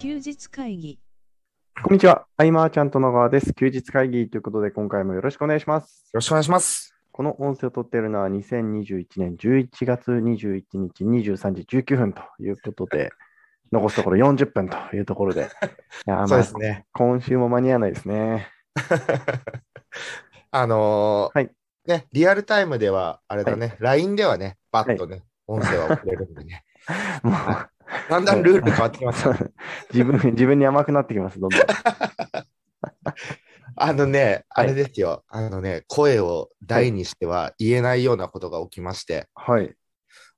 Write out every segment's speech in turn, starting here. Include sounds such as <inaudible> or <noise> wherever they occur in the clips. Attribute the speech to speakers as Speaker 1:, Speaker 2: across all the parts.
Speaker 1: 休日会議。
Speaker 2: こんにちは。アイマーちゃんと野川です。休日会議ということで、今回もよろしくお願いします。
Speaker 3: よろしくお願いします。
Speaker 2: この音声を撮っているのは2021年11月21日23時19分ということで、残すところ40分というとこ
Speaker 3: <laughs>
Speaker 2: ろで、いやー
Speaker 3: そう
Speaker 2: まあ
Speaker 3: ですね。
Speaker 2: 今週も間に合わないですね。
Speaker 3: <laughs> あのー
Speaker 2: はい
Speaker 3: ね、リアルタイムでは、あれだね、LINE ではね、バッとね、音声は送れるんでね。 <laughs>
Speaker 2: もう
Speaker 3: だんだんルール変わってきま <laughs> した。
Speaker 2: <laughs> 自分自分に甘くなってきます、どんどん。
Speaker 3: あのね、
Speaker 2: は
Speaker 3: あ
Speaker 2: い
Speaker 3: れですよ。あのね、声を大にしては言えないようなことが起きまして、
Speaker 2: はい。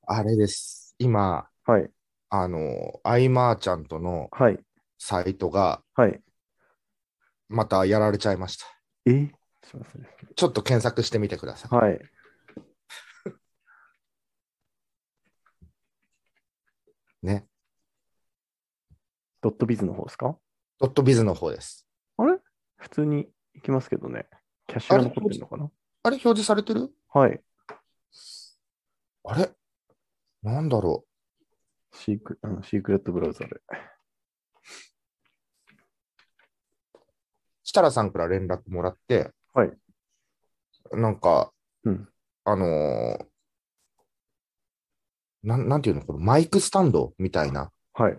Speaker 3: あれです。今、
Speaker 2: はい。
Speaker 3: あのー、アイマーちゃんとの
Speaker 2: はい。
Speaker 3: サイトが
Speaker 2: はい。
Speaker 3: またやられちゃいました。
Speaker 2: えすいません。
Speaker 3: ちょっと検索してみてください。
Speaker 2: はい。
Speaker 3: ね。
Speaker 2: ドットビズの方ですか
Speaker 3: ドットビズの方です。
Speaker 2: 普通に行きますけどね。キャッシュが残ってるのかな
Speaker 3: あれ、表示されてる
Speaker 2: はい。
Speaker 3: あれなんだろ
Speaker 2: シークあのシークレットブラウザで。
Speaker 3: う。設楽さんから連絡もらって、
Speaker 2: はい。
Speaker 3: なんか、
Speaker 2: うん
Speaker 3: あのーなん、なんていうのこのマイクスタンドみたいな。
Speaker 2: はい。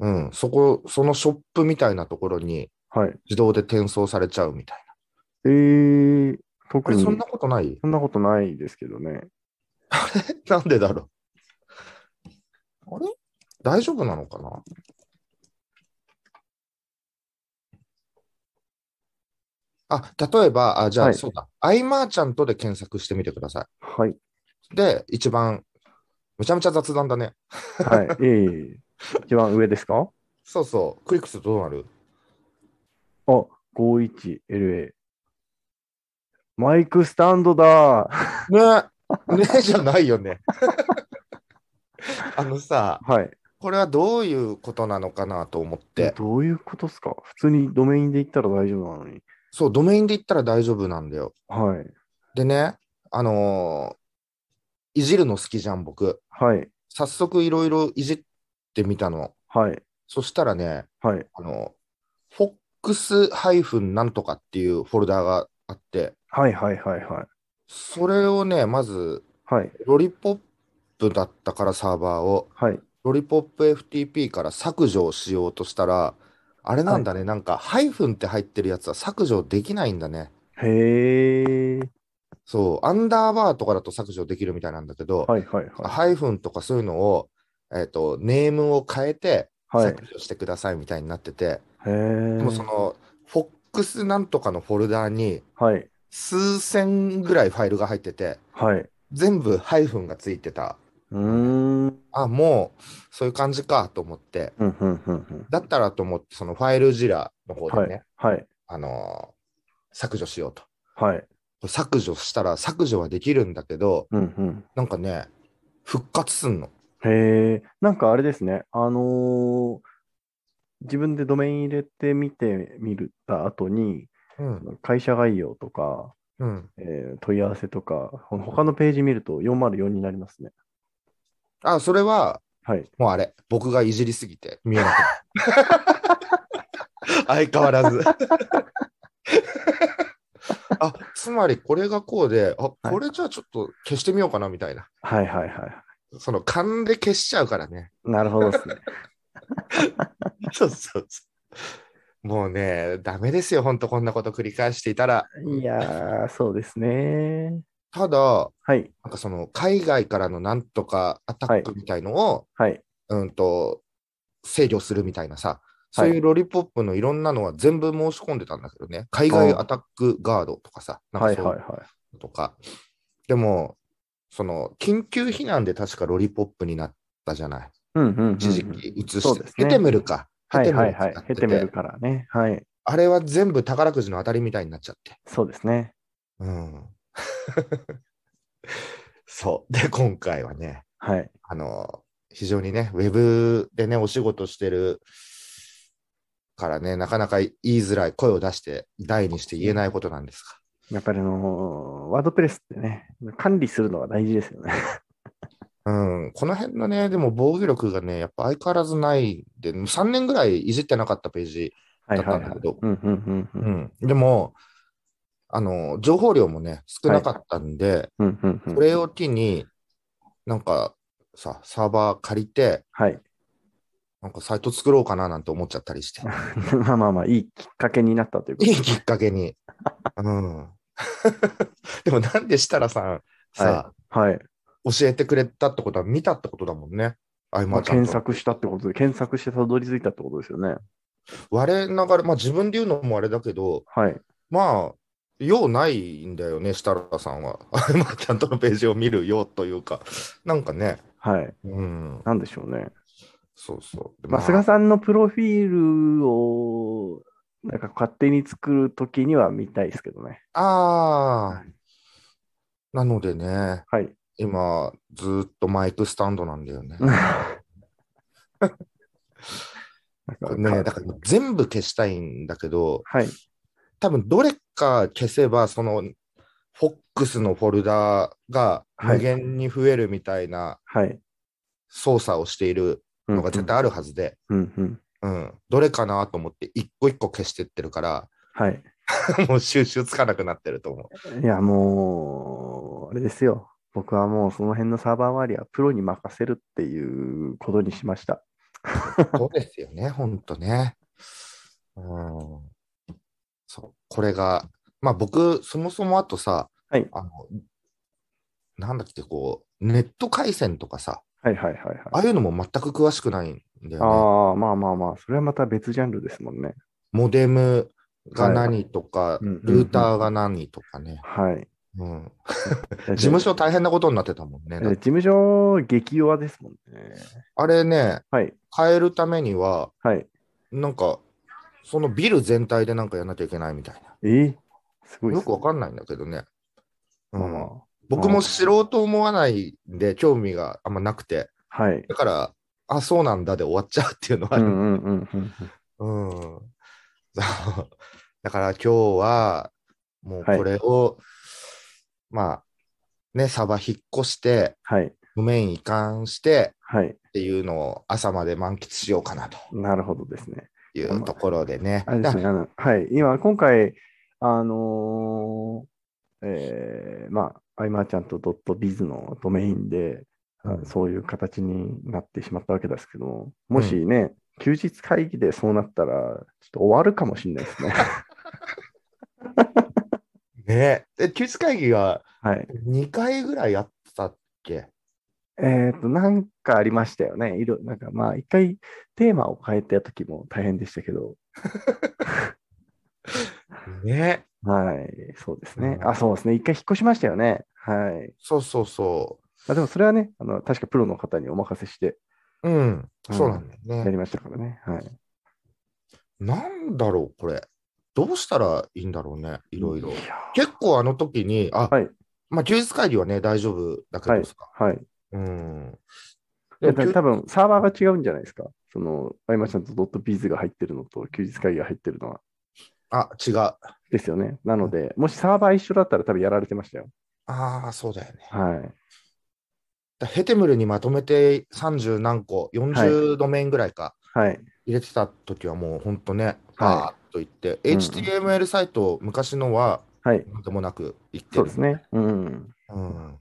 Speaker 3: うん。そこ、そのショップみたいなところに
Speaker 2: はい。
Speaker 3: 自動で転送されちゃうみたいな。
Speaker 2: えー、
Speaker 3: あ
Speaker 2: 特
Speaker 3: れ、
Speaker 2: に
Speaker 3: そんなことない <laughs>
Speaker 2: そんなことないですけどね。
Speaker 3: なんでだろう。あれ大丈夫なのかなあ、例えば、あじゃあ、
Speaker 2: はい
Speaker 3: そうだ。アイマーちゃんとで検索してみてくださ
Speaker 2: はい。
Speaker 3: い。で、一番、めちゃめちゃ雑談だね。
Speaker 2: はい。ええ一番上ですか
Speaker 3: そうそう。クリックするとどうなる
Speaker 2: あ、51LA。マイクスタンドだ。
Speaker 3: ねねじゃないよね。 <laughs> あのさ、
Speaker 2: はい。
Speaker 3: これはどういうことなのかなと思って。
Speaker 2: どういうことですか普通にドメインで行ったら大丈夫なのに。
Speaker 3: そう、ドメインで言ったら大丈夫なんだよ。
Speaker 2: はい。
Speaker 3: でね、あのーいじるの好きじゃん、僕。
Speaker 2: はい。
Speaker 3: 早速いろいろいじってみたの。
Speaker 2: はい。
Speaker 3: そしたらね、
Speaker 2: はい。
Speaker 3: あのー、FOX- なんとかっていうフォルダがあって、
Speaker 2: はい。はい。はい。はい。
Speaker 3: それをね、まず、
Speaker 2: はい。
Speaker 3: ロリポップだったからサーバーを、
Speaker 2: はい。
Speaker 3: ロリポップ FTP から削除をしようとしたら、あれなんだね、なんか、ハイフンって入ってるやつは削除できないんだね。
Speaker 2: へえ。
Speaker 3: そう、アンダーバーとかだと削除できるみたいなんだけど、
Speaker 2: はい。はい。は
Speaker 3: ハイフンとかそういうのを、えっとネームを変えて
Speaker 2: い。はい。
Speaker 3: 削除してくださいみたいになってて、
Speaker 2: へえ
Speaker 3: でも。その FOX なんとかのフォルダーに
Speaker 2: はい。
Speaker 3: 数千ぐらいファイルが入ってて
Speaker 2: はい。う
Speaker 3: 全部ハイフンがついてた
Speaker 2: ーん。うん。
Speaker 3: あもうそういう感じかと思って
Speaker 2: うん。うん。うん。
Speaker 3: だったらと思ってそのファイルジラの方でね、
Speaker 2: はい。
Speaker 3: あのー削除しようと
Speaker 2: はい。
Speaker 3: 削除したら削除はできるんだけど
Speaker 2: うん。うん。
Speaker 3: なんかね復活すんの
Speaker 2: へえ、なんかあれですね、あのー自分でドメイン入れてみてみるた後に、
Speaker 3: うん
Speaker 2: 会社概要とか、
Speaker 3: うん
Speaker 2: えー問い合わせとか、この他のページ見ると404になりますね。
Speaker 3: あ、それは、
Speaker 2: はい
Speaker 3: もうあれ、僕がいじりすぎて見
Speaker 2: <laughs>
Speaker 3: えなくなる相変わらず。あ、つまりこれがこうで、あ、
Speaker 2: い
Speaker 3: これじゃあちょっと消してみようかなみたいな。
Speaker 2: はいはいは
Speaker 3: その勘で消しちゃうからね。
Speaker 2: い。なるほどですね。
Speaker 3: <laughs> そうそうそう。もうね、ダメですよ、ほんとこんなこと繰り返 <laughs> していたら。
Speaker 2: いやー、そうですね。
Speaker 3: ただ、
Speaker 2: はい、
Speaker 3: なんかその海外からのなんとかアタックみたいのを、
Speaker 2: はい、
Speaker 3: うんと、制御するみたいなさ、そういうロリポップのいろんなのは全部申し込んでたんだけどね、海外アタックガードとかさ、なん
Speaker 2: は
Speaker 3: か
Speaker 2: い
Speaker 3: そう
Speaker 2: はいいうは
Speaker 3: のとか、でも、その緊急避難で確かロリポップになったじゃない、
Speaker 2: い。うんうんうんうん。
Speaker 3: 一時期移して、
Speaker 2: そうですね
Speaker 3: ヘテメルか、
Speaker 2: はいはいは
Speaker 3: ヘテメル
Speaker 2: い
Speaker 3: 使っ。
Speaker 2: ヘ
Speaker 3: て
Speaker 2: テ
Speaker 3: て
Speaker 2: メルからね。はい、
Speaker 3: あれは全部宝くじの当たりみたいになっちゃって。
Speaker 2: そうですね。
Speaker 3: うん、 <laughs> そう。で、今回はね、
Speaker 2: はい、
Speaker 3: あの、非常にね、ウェブでね、お仕事してるからね、なかなか言いづらい、声を出して、大にして言えないことなんですが。
Speaker 2: やっぱりあのーワードプレスってね、管理するのが大事ですよね。
Speaker 3: うん、この辺のね、でも防御力がね、やっぱ相変わらずないんで、3年ぐらいいじってなかったページ。
Speaker 2: はいはい
Speaker 3: だった
Speaker 2: は
Speaker 3: んだ
Speaker 2: い
Speaker 3: けど。
Speaker 2: うんうんうん
Speaker 3: う
Speaker 2: うん
Speaker 3: ん、でも、あの、情報量もね、少なかったんで、
Speaker 2: うんうんうん
Speaker 3: これを機に、なんかさ、サーバー借りて、
Speaker 2: はい。 <laughs>
Speaker 3: なんかサイト作ろうかななんて思っちゃった
Speaker 2: <laughs>
Speaker 3: りして。
Speaker 2: まあまあまあ、いいきっかけになったということ
Speaker 3: い
Speaker 2: で
Speaker 3: いきっかけに。うん。 <laughs> でもなんで設楽さんさ、
Speaker 2: はい。
Speaker 3: 教えてくれたってことは見たってことだもんね。あい
Speaker 2: ま
Speaker 3: ま
Speaker 2: あ、
Speaker 3: ちゃん
Speaker 2: 検
Speaker 3: と。
Speaker 2: 索したってことで、検索してたどり着いたってことですよね。
Speaker 3: 我ながら、まあ自分で言うのもあれだけど、
Speaker 2: はい。
Speaker 3: まあ、用ないんだよね、設楽さんは。 <laughs> あいまちゃんとのページを見る用というか、なんかね、
Speaker 2: はい。
Speaker 3: うん、
Speaker 2: なんでしょうね。
Speaker 3: そうそう。
Speaker 2: まあ、菅さんのプロフィールを、なんか勝手に作るときには見たいですけどね。
Speaker 3: あ
Speaker 2: は
Speaker 3: あ、なのでね、
Speaker 2: はい。
Speaker 3: 今、ずーっとマイクスタンドなんだよね。 <laughs> これね、だから全部消したいんだけど、
Speaker 2: はい。
Speaker 3: 多分どれか消せば、その、フォックスのフォルダが
Speaker 2: はい
Speaker 3: 無限に増えるみたいな
Speaker 2: はい。
Speaker 3: 操作をしている
Speaker 2: うん
Speaker 3: のが絶対あるはずで、
Speaker 2: うんうん。
Speaker 3: うん、どれかなと思って、一個一個消してってるから、 <laughs>
Speaker 2: はい。
Speaker 3: もう収集つかなくなってると思う。
Speaker 2: いや、もう、あれですよ。僕はもうその辺のサーバー周りはプロに任せるっていうことにしました。
Speaker 3: そうですよね、ほ <laughs> んとね。うん。そう、これが、まあ僕、そもそもあとさ、
Speaker 2: はい
Speaker 3: あの、なんだっけ、こう、ネット回線とかさ、
Speaker 2: はいはいはいはい。
Speaker 3: ああいうのも全く詳しくないんだよね。
Speaker 2: ああ、まあまあまあ、それはまた別ジャンルですもんね。
Speaker 3: モデムが何とか、
Speaker 2: いうん
Speaker 3: ルーターが何とかね。
Speaker 2: はい。
Speaker 3: うん。
Speaker 2: 事
Speaker 3: 事務所大変なことになってたもんね。
Speaker 2: 事務所、激弱ですもんね。
Speaker 3: あれね、
Speaker 2: はい。
Speaker 3: 変えるためには、
Speaker 2: はい。
Speaker 3: なんか、そのビル全体でなんかやんなきゃいけないみたい
Speaker 2: えーすごい
Speaker 3: な。
Speaker 2: っ
Speaker 3: よ
Speaker 2: す
Speaker 3: くわかんないんだけどね。う
Speaker 2: まあ
Speaker 3: ん
Speaker 2: ま。
Speaker 3: 僕も知ろうと思わないんで、興味があんまなくて、
Speaker 2: あはい。
Speaker 3: だから、あ、そうなんだで終わっちゃうっていうのは、
Speaker 2: う
Speaker 3: うんん。
Speaker 2: うんうんうん。
Speaker 3: そうだから今日は、もうこれを、まあ、ね、サバ引っ越して、
Speaker 2: はい。
Speaker 3: 無免移管して
Speaker 2: はい。
Speaker 3: っていうのを朝まで満喫しようかなと
Speaker 2: なるほどですね。
Speaker 3: いうところでね。
Speaker 2: あれですね。あのはい。今、今回、あのーえー、まあ、アイマーちゃんとドットビズのドメインで、あ
Speaker 3: うん
Speaker 2: そういう形になってしまったわけですけども、もしね、休日会議でそうなったら、ちょっと終わるかもしれないですね。 <laughs>
Speaker 3: ねえ、休日会議が
Speaker 2: はい。
Speaker 3: 2回ぐらいやってたっけ
Speaker 2: えっと、なんかありましたよね。いろ、なんかまあ、一回テーマを変えた時も大変でしたけど、
Speaker 3: ね
Speaker 2: はい、そうですね。
Speaker 3: うん
Speaker 2: あ、そうですね。一回引っ越しましたよね。はい。
Speaker 3: そうそうそ
Speaker 2: あでもそれはね、あの、確かプロの方にお任せして
Speaker 3: う。うん、そうなんだよね。
Speaker 2: やりましたからね。はい。
Speaker 3: なんだろう、これ。どうしたらいいんだろうね、いろいろ。
Speaker 2: や
Speaker 3: 結構あの時に、あ、
Speaker 2: はい
Speaker 3: まあ、休日会議はね、大丈夫だけ
Speaker 2: は
Speaker 3: ど
Speaker 2: い
Speaker 3: さ。。
Speaker 2: はい。
Speaker 3: うん。
Speaker 2: で
Speaker 3: でも
Speaker 2: た多分サーバーが違うんじゃないですか。その、あいまちゃんとドットビーズが入ってるのと、休日会議が入ってるのは。
Speaker 3: あ、違う。あ
Speaker 2: ですよね。なので、もしサーバー一緒だったら多分やられてましたよ。
Speaker 3: あ、そうだよね。
Speaker 2: はい。
Speaker 3: だヘテムルにまとめて30何個、40ドメインぐらいか、
Speaker 2: はい。
Speaker 3: 入れてた時はもうほんとね、
Speaker 2: は
Speaker 3: あーっと言って、
Speaker 2: うん
Speaker 3: HTML サイト、昔のは、
Speaker 2: はい。
Speaker 3: なんでもなく言って
Speaker 2: そ
Speaker 3: る。
Speaker 2: うですね。うん。 <laughs>
Speaker 3: うん。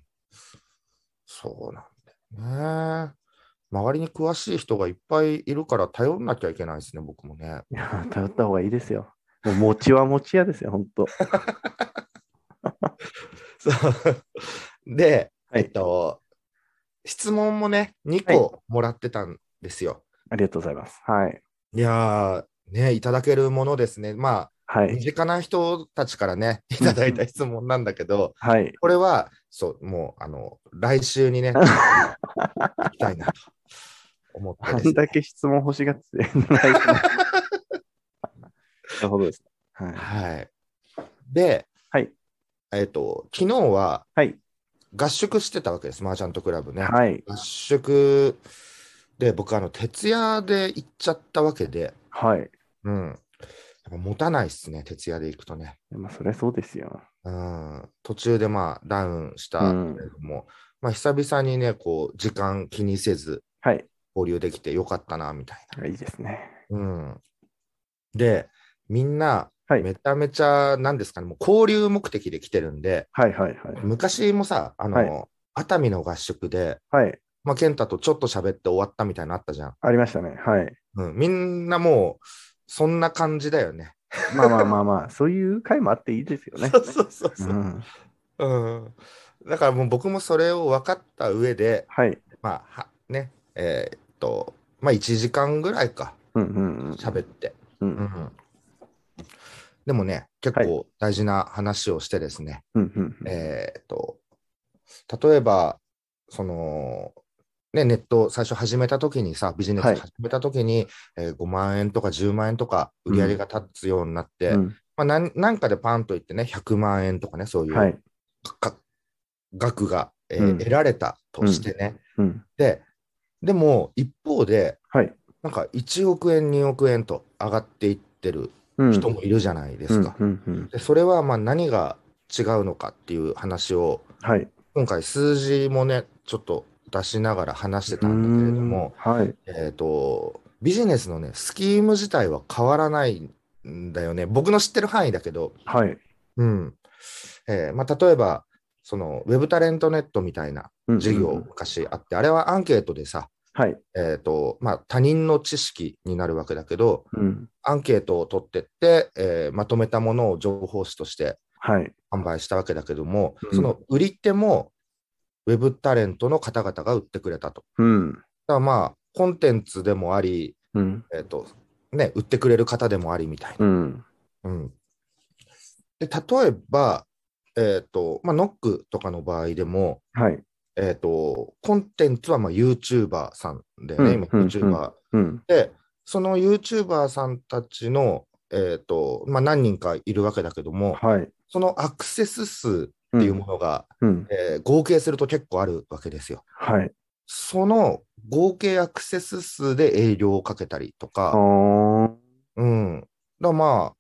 Speaker 3: そうなんだよね。周りに詳しい人がいっぱいいるから頼んなきゃいけないですね、僕もね。
Speaker 2: いや、頼った方がいいですよ。もう餅は餅屋ですよ、本当。
Speaker 3: そうで、
Speaker 2: はい
Speaker 3: えっと、質問もね、2個もらってたんですよ。
Speaker 2: ありがとうございます。はい。
Speaker 3: い、やー、ね、いただけるものですね。ま
Speaker 2: は
Speaker 3: あ、身
Speaker 2: い。
Speaker 3: 近な人たちからね、いただいた質問なんだけど、
Speaker 2: はい。
Speaker 3: これは、そう、もう、あの、来週 <laughs> にね、行きたいなと思って
Speaker 2: あ
Speaker 3: ですね
Speaker 2: んだけ質問欲しがってて。 <laughs> なるほどです。はい。
Speaker 3: はい。で、
Speaker 2: はい
Speaker 3: えっ、と、昨日は
Speaker 2: はい。
Speaker 3: 合宿してたわけです、マーチャントクラブね。
Speaker 2: はい。
Speaker 3: 合宿で、僕、あの、徹夜で行っちゃったわけで、
Speaker 2: はい。
Speaker 3: うん。やっぱ持たないっすね、徹夜で行くとね。
Speaker 2: まあ、そりゃそうですよ。
Speaker 3: うん。途中でまあ、ダウンしたけれども、まあ、久々にね、こう、時間気にせず
Speaker 2: はい。
Speaker 3: 交流できてよかったな、みたい
Speaker 2: いいですね。
Speaker 3: な。うん。で、みんな、
Speaker 2: はい
Speaker 3: めちゃめちゃ、なんですかね、もう交流目的で来てるんで、
Speaker 2: はいはいはい。
Speaker 3: 昔もさ、あの、
Speaker 2: はい
Speaker 3: 熱海の合宿で、
Speaker 2: はい。
Speaker 3: まあ、健太とちょっと喋って終わったみたいなのあったじゃん。
Speaker 2: ありましたね。はい。
Speaker 3: うん、みんなもう、そんな感じだよね。
Speaker 2: まあまあまあまあ、そういう回もあっていいですよね。
Speaker 3: そうそうそうそうう、
Speaker 2: ん。
Speaker 3: うん。だからもう僕もそれを分かった上で、
Speaker 2: はい。
Speaker 3: まあ、はね、えーっと、まあ1時間ぐらいか、
Speaker 2: うんうんうん。
Speaker 3: 喋って。
Speaker 2: うんう
Speaker 3: う
Speaker 2: ん
Speaker 3: ん。でもね、結
Speaker 2: は
Speaker 3: 構大事な話をしてですね、
Speaker 2: うんうん。
Speaker 3: えーっと、例えば、その、ね、ネット最初始めた時にさ、ビジネス
Speaker 2: はい
Speaker 3: 始めた時に、えー5万円とか10万円とか売り上げが立つようになって、
Speaker 2: うん
Speaker 3: まあ、なんなんかでパンといってね、100万円とかね、そういう、
Speaker 2: はい。
Speaker 3: か額が、えー
Speaker 2: うん
Speaker 3: 得られたとしてね、
Speaker 2: うん。
Speaker 3: で、でも一方で、
Speaker 2: はい。
Speaker 3: なんか1億円、2億円と上がっていってる
Speaker 2: うん。
Speaker 3: 人もいるじゃないで
Speaker 2: う
Speaker 3: す
Speaker 2: ん
Speaker 3: か。
Speaker 2: うんうん。
Speaker 3: でそれはまあ何が違うのかっていう話を、
Speaker 2: はい。
Speaker 3: 今回数字もね、ちょっと出しながら話してたんだけれども、
Speaker 2: うーん。はい。
Speaker 3: えっ、と、ビジネスのね、スキーム自体は変わらないんだよね。僕の知ってる範囲だけど、
Speaker 2: はい。
Speaker 3: うん。えーまあ、例えば、そのウェブタレントネットみたいな
Speaker 2: うん
Speaker 3: 事業
Speaker 2: うんうん
Speaker 3: 昔あって、あれはアンケートでさ、
Speaker 2: はい。
Speaker 3: えーとまあ、他人の知識になるわけだけど、
Speaker 2: うん。
Speaker 3: アンケートを取ってって、えーまとめたものを情報誌として
Speaker 2: はい。
Speaker 3: 販売したわけだけども、
Speaker 2: うん
Speaker 3: その売り手もウェブタレントの方々が売ってくれたと。
Speaker 2: うん。
Speaker 3: だからまあ、コンテンツでもあり、
Speaker 2: うん。
Speaker 3: えーとね、売ってくれる方でもありみたいな。
Speaker 2: うん。
Speaker 3: うん、で例えば、えっとまあ、ノックとかの場合でも、
Speaker 2: はい。
Speaker 3: えっとコンテンツはまあ YouTuber さんで
Speaker 2: うん
Speaker 3: ね、今
Speaker 2: うん
Speaker 3: YouTuber
Speaker 2: うん。
Speaker 3: で、その YouTuber さんたちの、えっとまあ、何人かいるわけだけども、
Speaker 2: はい。っ
Speaker 3: そのアクセス数っていうものが、
Speaker 2: うん。うん。
Speaker 3: えー合計すると結構あるわけですよ。
Speaker 2: はい。
Speaker 3: その合計アクセス数で営業をかけたりとか、
Speaker 2: あー。
Speaker 3: うん。だからまあ、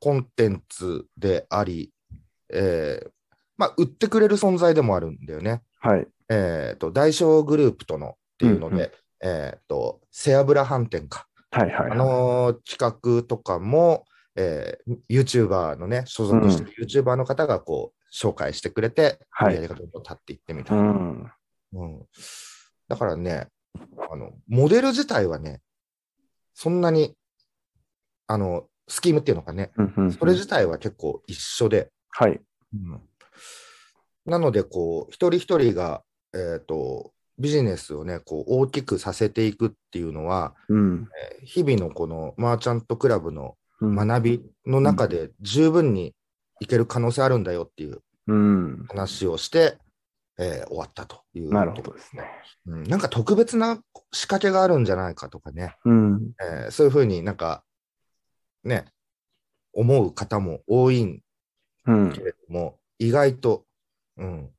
Speaker 3: コンテンツであり、えーまあ、売ってくれる存在でもあるんだよね。
Speaker 2: はい。
Speaker 3: えっ、と、大小グループとのっていうので、
Speaker 2: うんう
Speaker 3: えっ、と、背脂飯店か。
Speaker 2: はいはい。
Speaker 3: あのー企画とかも、えー、YouTuber のね、所属してる YouTuber の方がこう、紹介してくれて、
Speaker 2: はい
Speaker 3: やり方を立っていってみた
Speaker 2: う
Speaker 3: いな。
Speaker 2: ん。
Speaker 3: うんだからね、あの、モデル自体はね、そんなに、あの、スキームっていうのかね、
Speaker 2: うんうん。
Speaker 3: それ自体は結構一緒で、
Speaker 2: はい。
Speaker 3: うんなので、こう、一人一人が、えっ、と、ビジネスをね、こう、大きくさせていくっていうのは、
Speaker 2: うん。
Speaker 3: えー日々のこのマーチャントクラブの
Speaker 2: うん。
Speaker 3: 学びの中で十分にいける可能性あるんだよっていう
Speaker 2: うん。
Speaker 3: 話をして、えー終わったという。
Speaker 2: なるほどですね。
Speaker 3: うん、なんか特別な仕掛けがあるんじゃないかとかね、
Speaker 2: うん。
Speaker 3: えーそういうふうになんか、ね、思う方も多いん
Speaker 2: うん
Speaker 3: け。れども、意外と、うん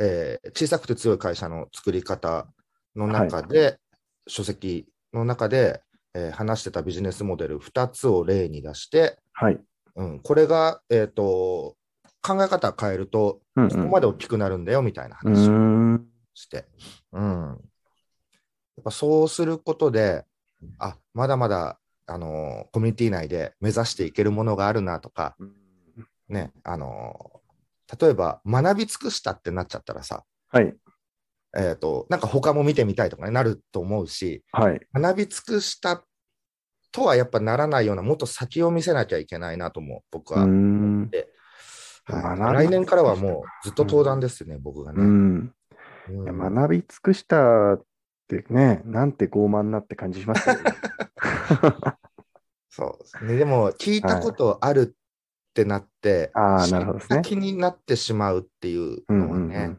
Speaker 3: えー小さくて強い会社の作り方の中で、書籍の中で、えー話してたビジネスモデル2つを例に出して、
Speaker 2: はい。
Speaker 3: うん、これが、えー、と考え方変えると、
Speaker 2: うんうん
Speaker 3: ここまで大きくなるんだよみたいな
Speaker 2: う
Speaker 3: 話を
Speaker 2: ーん。
Speaker 3: して。うん。やっぱそうすることで、あ、まだまだ、あのーコミュニティ内で目指していけるものがあるなとか、ね、あのー例えば学び尽くしたってなっちゃったらさ、
Speaker 2: はい。
Speaker 3: えっ、と、なんか他も見てみたいとかね、なると思うし、
Speaker 2: はい。
Speaker 3: 学び尽くしたとはやっぱならないような、もっと先を見せなきゃいけないなとも、僕
Speaker 2: うー
Speaker 3: は。
Speaker 2: ん。
Speaker 3: は
Speaker 2: 学び
Speaker 3: い、来年からはもうずっと登壇ですよね、僕が
Speaker 2: う
Speaker 3: ね。
Speaker 2: ん。
Speaker 3: うん
Speaker 2: いや学び尽くしたってね、なんて傲慢なって感じしますけど
Speaker 3: <laughs>
Speaker 2: ね
Speaker 3: そうですね。でも、聞いたことあるってなって、
Speaker 2: ああ、なるほどですね。
Speaker 3: 気になってしまうっていう
Speaker 2: うん
Speaker 3: の
Speaker 2: う
Speaker 3: は
Speaker 2: んうん
Speaker 3: ね、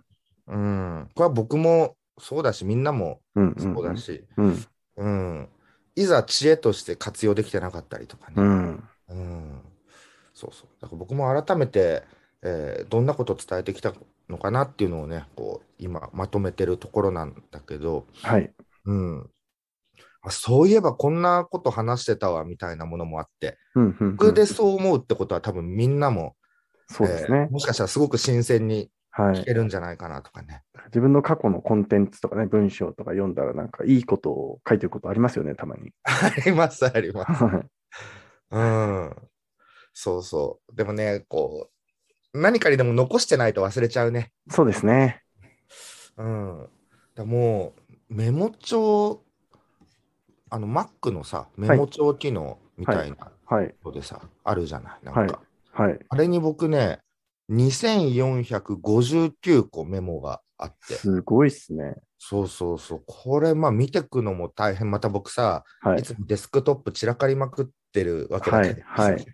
Speaker 3: うんこれは僕もそうだし、みんなも
Speaker 2: うんうん
Speaker 3: そうだし、
Speaker 2: うん
Speaker 3: うんいざ知恵として活用できてなかったりとか
Speaker 2: う
Speaker 3: ね。
Speaker 2: ん
Speaker 3: うんそうそう。だから僕も改めて、えーどんなことを伝えてきたのかなっていうのをね、こう今まとめてるところなんだけど、
Speaker 2: はい。
Speaker 3: うん、あそういえばこんなこと話してたわみたいなものもあって、
Speaker 2: うんうんうん
Speaker 3: 僕でそう思うってことは多分みんなも、
Speaker 2: そうです
Speaker 3: え
Speaker 2: ね
Speaker 3: ー。もしかしたらすごく新鮮に
Speaker 2: は
Speaker 3: 聞
Speaker 2: い。
Speaker 3: けるんじゃないかなとかね。 <laughs>
Speaker 2: 自分の過去のコンテンツとかね、文章とか読んだら、なんかいいことを書いてることありますよね、たまに。 <laughs>
Speaker 3: あります、あります。
Speaker 2: は
Speaker 3: うん。そうそう。でもね、こう、何かにでも残してないと忘れちゃうね。
Speaker 2: いそうですね。
Speaker 3: うん。だもう、メモ帳、あの、Mac のさ、メモ帳機能みたいな
Speaker 2: はい。
Speaker 3: のでさ、あるじゃない。なんか、
Speaker 2: はいはい。
Speaker 3: あれに僕ね、2459個メモがあって。
Speaker 2: すごいっすね。
Speaker 3: そうそうそう。これ、まあ、見てくのも大変。また僕さ、
Speaker 2: はいい。
Speaker 3: つもデスクトップ散らかりまくってるわけだけど、
Speaker 2: はいはい
Speaker 3: <laughs>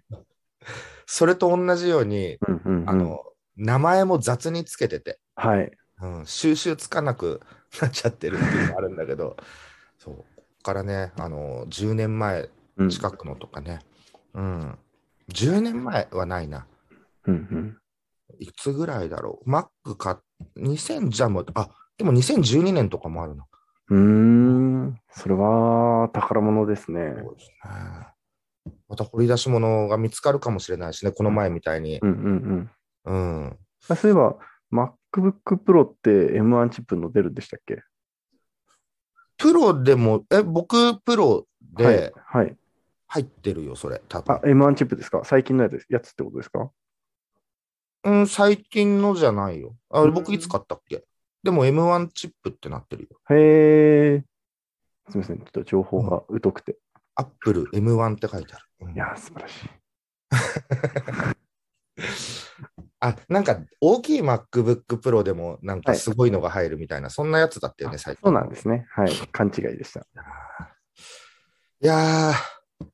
Speaker 3: それと同じように、
Speaker 2: うんうんうん
Speaker 3: あの、名前も雑につけてて、
Speaker 2: はい。
Speaker 3: うん、収集つかなく <laughs> なっちゃってるっていうのがあるんだ
Speaker 2: <laughs>
Speaker 3: けど、そう、こっからね、あの、10年前
Speaker 2: うん
Speaker 3: 近くのとかね、うん、10年前はないな。
Speaker 2: うん
Speaker 3: いつぐらいだろう。Mac か、2000じゃもう、あ、でも2012年とかもあるな。
Speaker 2: うん。うーん。それは宝物ですね。
Speaker 3: そうですね。また掘り出し物が見つかるかもしれないしね、この前みたいに。
Speaker 2: うんうんうん
Speaker 3: うん。
Speaker 2: あ。そういえば、MacBook Pro って M1 チップの出るんでしたっけ
Speaker 3: プロでも、え、僕、プロで
Speaker 2: はい。はい。
Speaker 3: 入ってるよ、それ、多
Speaker 2: あ
Speaker 3: 分、。
Speaker 2: M1 チップですか最近のやつやつってことですか
Speaker 3: うん、最近のじゃないよ。あ、
Speaker 2: うん
Speaker 3: 僕、いつ買ったっけでも M1 チップってなってるよ。
Speaker 2: へえ。すみません。ちょっと情報が疎くて。
Speaker 3: アップル M1 って書いてある。うん
Speaker 2: いやー、素晴らしい。
Speaker 3: あ、なんか、大きい MacBook Pro でも、なんか
Speaker 2: はい
Speaker 3: すごいのが入るみたいな、そんなやつだったよね、
Speaker 2: あ
Speaker 3: 最近。
Speaker 2: そうなんですね。はい。勘違いでした。
Speaker 3: いやー、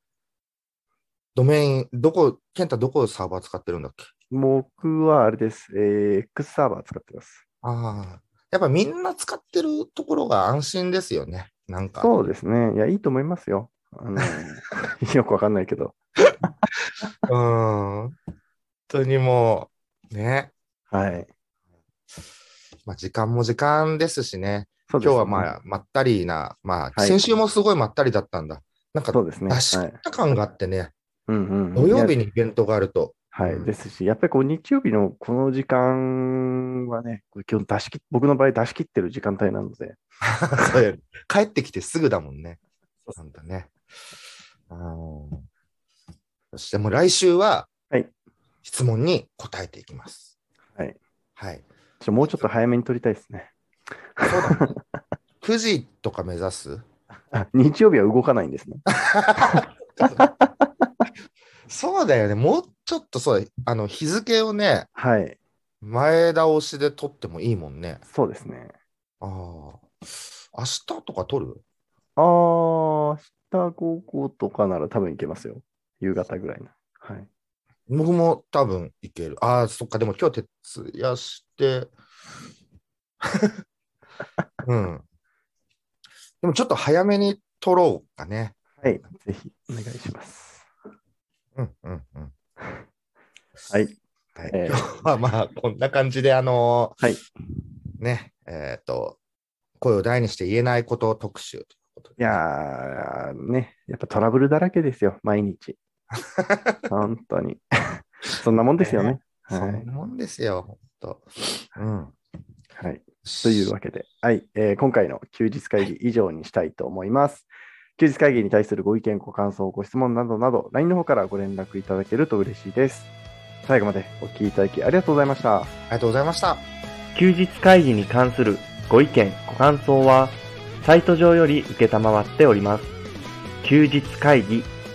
Speaker 3: ドメイン、どこ、ケンタどこサーバー使ってるんだっけ
Speaker 2: 僕はあれです。えー X サーバー使ってます。
Speaker 3: ああ、やっぱみんな使ってるところが安心ですよね。なんか、
Speaker 2: そうですね。いや、いいと思いますよ。あ
Speaker 3: <laughs>
Speaker 2: のよくわかんないけど。
Speaker 3: うーん。本当にもう、ね。
Speaker 2: はい。
Speaker 3: まあ、時間も時間ですしね。
Speaker 2: 今
Speaker 3: 今日はまあ、まったりな、まあ、
Speaker 2: はい
Speaker 3: 先週もすごいまったりだったんだ。なんか
Speaker 2: そ、うですね。
Speaker 3: 出し切
Speaker 2: はい
Speaker 3: っ。た感があってね、
Speaker 2: うんうんうん
Speaker 3: 土曜日
Speaker 2: いや
Speaker 3: にイベントがあると。
Speaker 2: は
Speaker 3: うん
Speaker 2: い。ですし、やっぱりこう、日曜日のこの時間はね、こう基本出し切っ僕の場合出し切ってる時間帯なので、
Speaker 3: そうや帰ってきてすぐだもんね。なんだね。あのーそしてもう来週は、
Speaker 2: はい
Speaker 3: 質問に答えていきます。
Speaker 2: はい。
Speaker 3: はい。
Speaker 2: ちょっともうちょっと早めに撮りたいですね。
Speaker 3: そう
Speaker 2: <laughs>
Speaker 3: だね。9時とか目指す <laughs>
Speaker 2: あ日曜日は動かないんですね。
Speaker 3: そうだよね。もうちょっとそうだあの、日付をね、
Speaker 2: はい。
Speaker 3: 前倒しで取ってもいいもんね。
Speaker 2: そうですね。
Speaker 3: ああ。明日とか取る
Speaker 2: あー、明日午後とかなら多分いけますよ。夕方ぐらいな。はい。
Speaker 3: 僕も多分いける。ああ、そっか。でも今日徹夜して。 <laughs> うん。でもちょっと早めに取ろうかね。
Speaker 2: はい。ぜひお願いします。
Speaker 3: うんうんうん。
Speaker 2: はい。
Speaker 3: はい
Speaker 2: えー
Speaker 3: 今日はまあこんな感じであのー
Speaker 2: はい
Speaker 3: ねえっ、と声を大にして言えないこと特集ということで
Speaker 2: いやー、ね、やっぱトラブルだらけですよ、毎 <laughs> 日。本当に。そんなもんです <laughs> よね。は
Speaker 3: そん
Speaker 2: い。
Speaker 3: なもんですよ本当うん
Speaker 2: はい、というわけで、はいえー今回の休日会議以上にしたいと思います。休日会議に対するご意見、ご感想、ご質問などなど、LINE の方からご連絡いただけると嬉しいです。最後までお聞きいただきありがとうございました。
Speaker 3: ありがとうございました
Speaker 1: 休日会議に関するご意見、ご感想は、サイト上より受けたまわっております。休日会議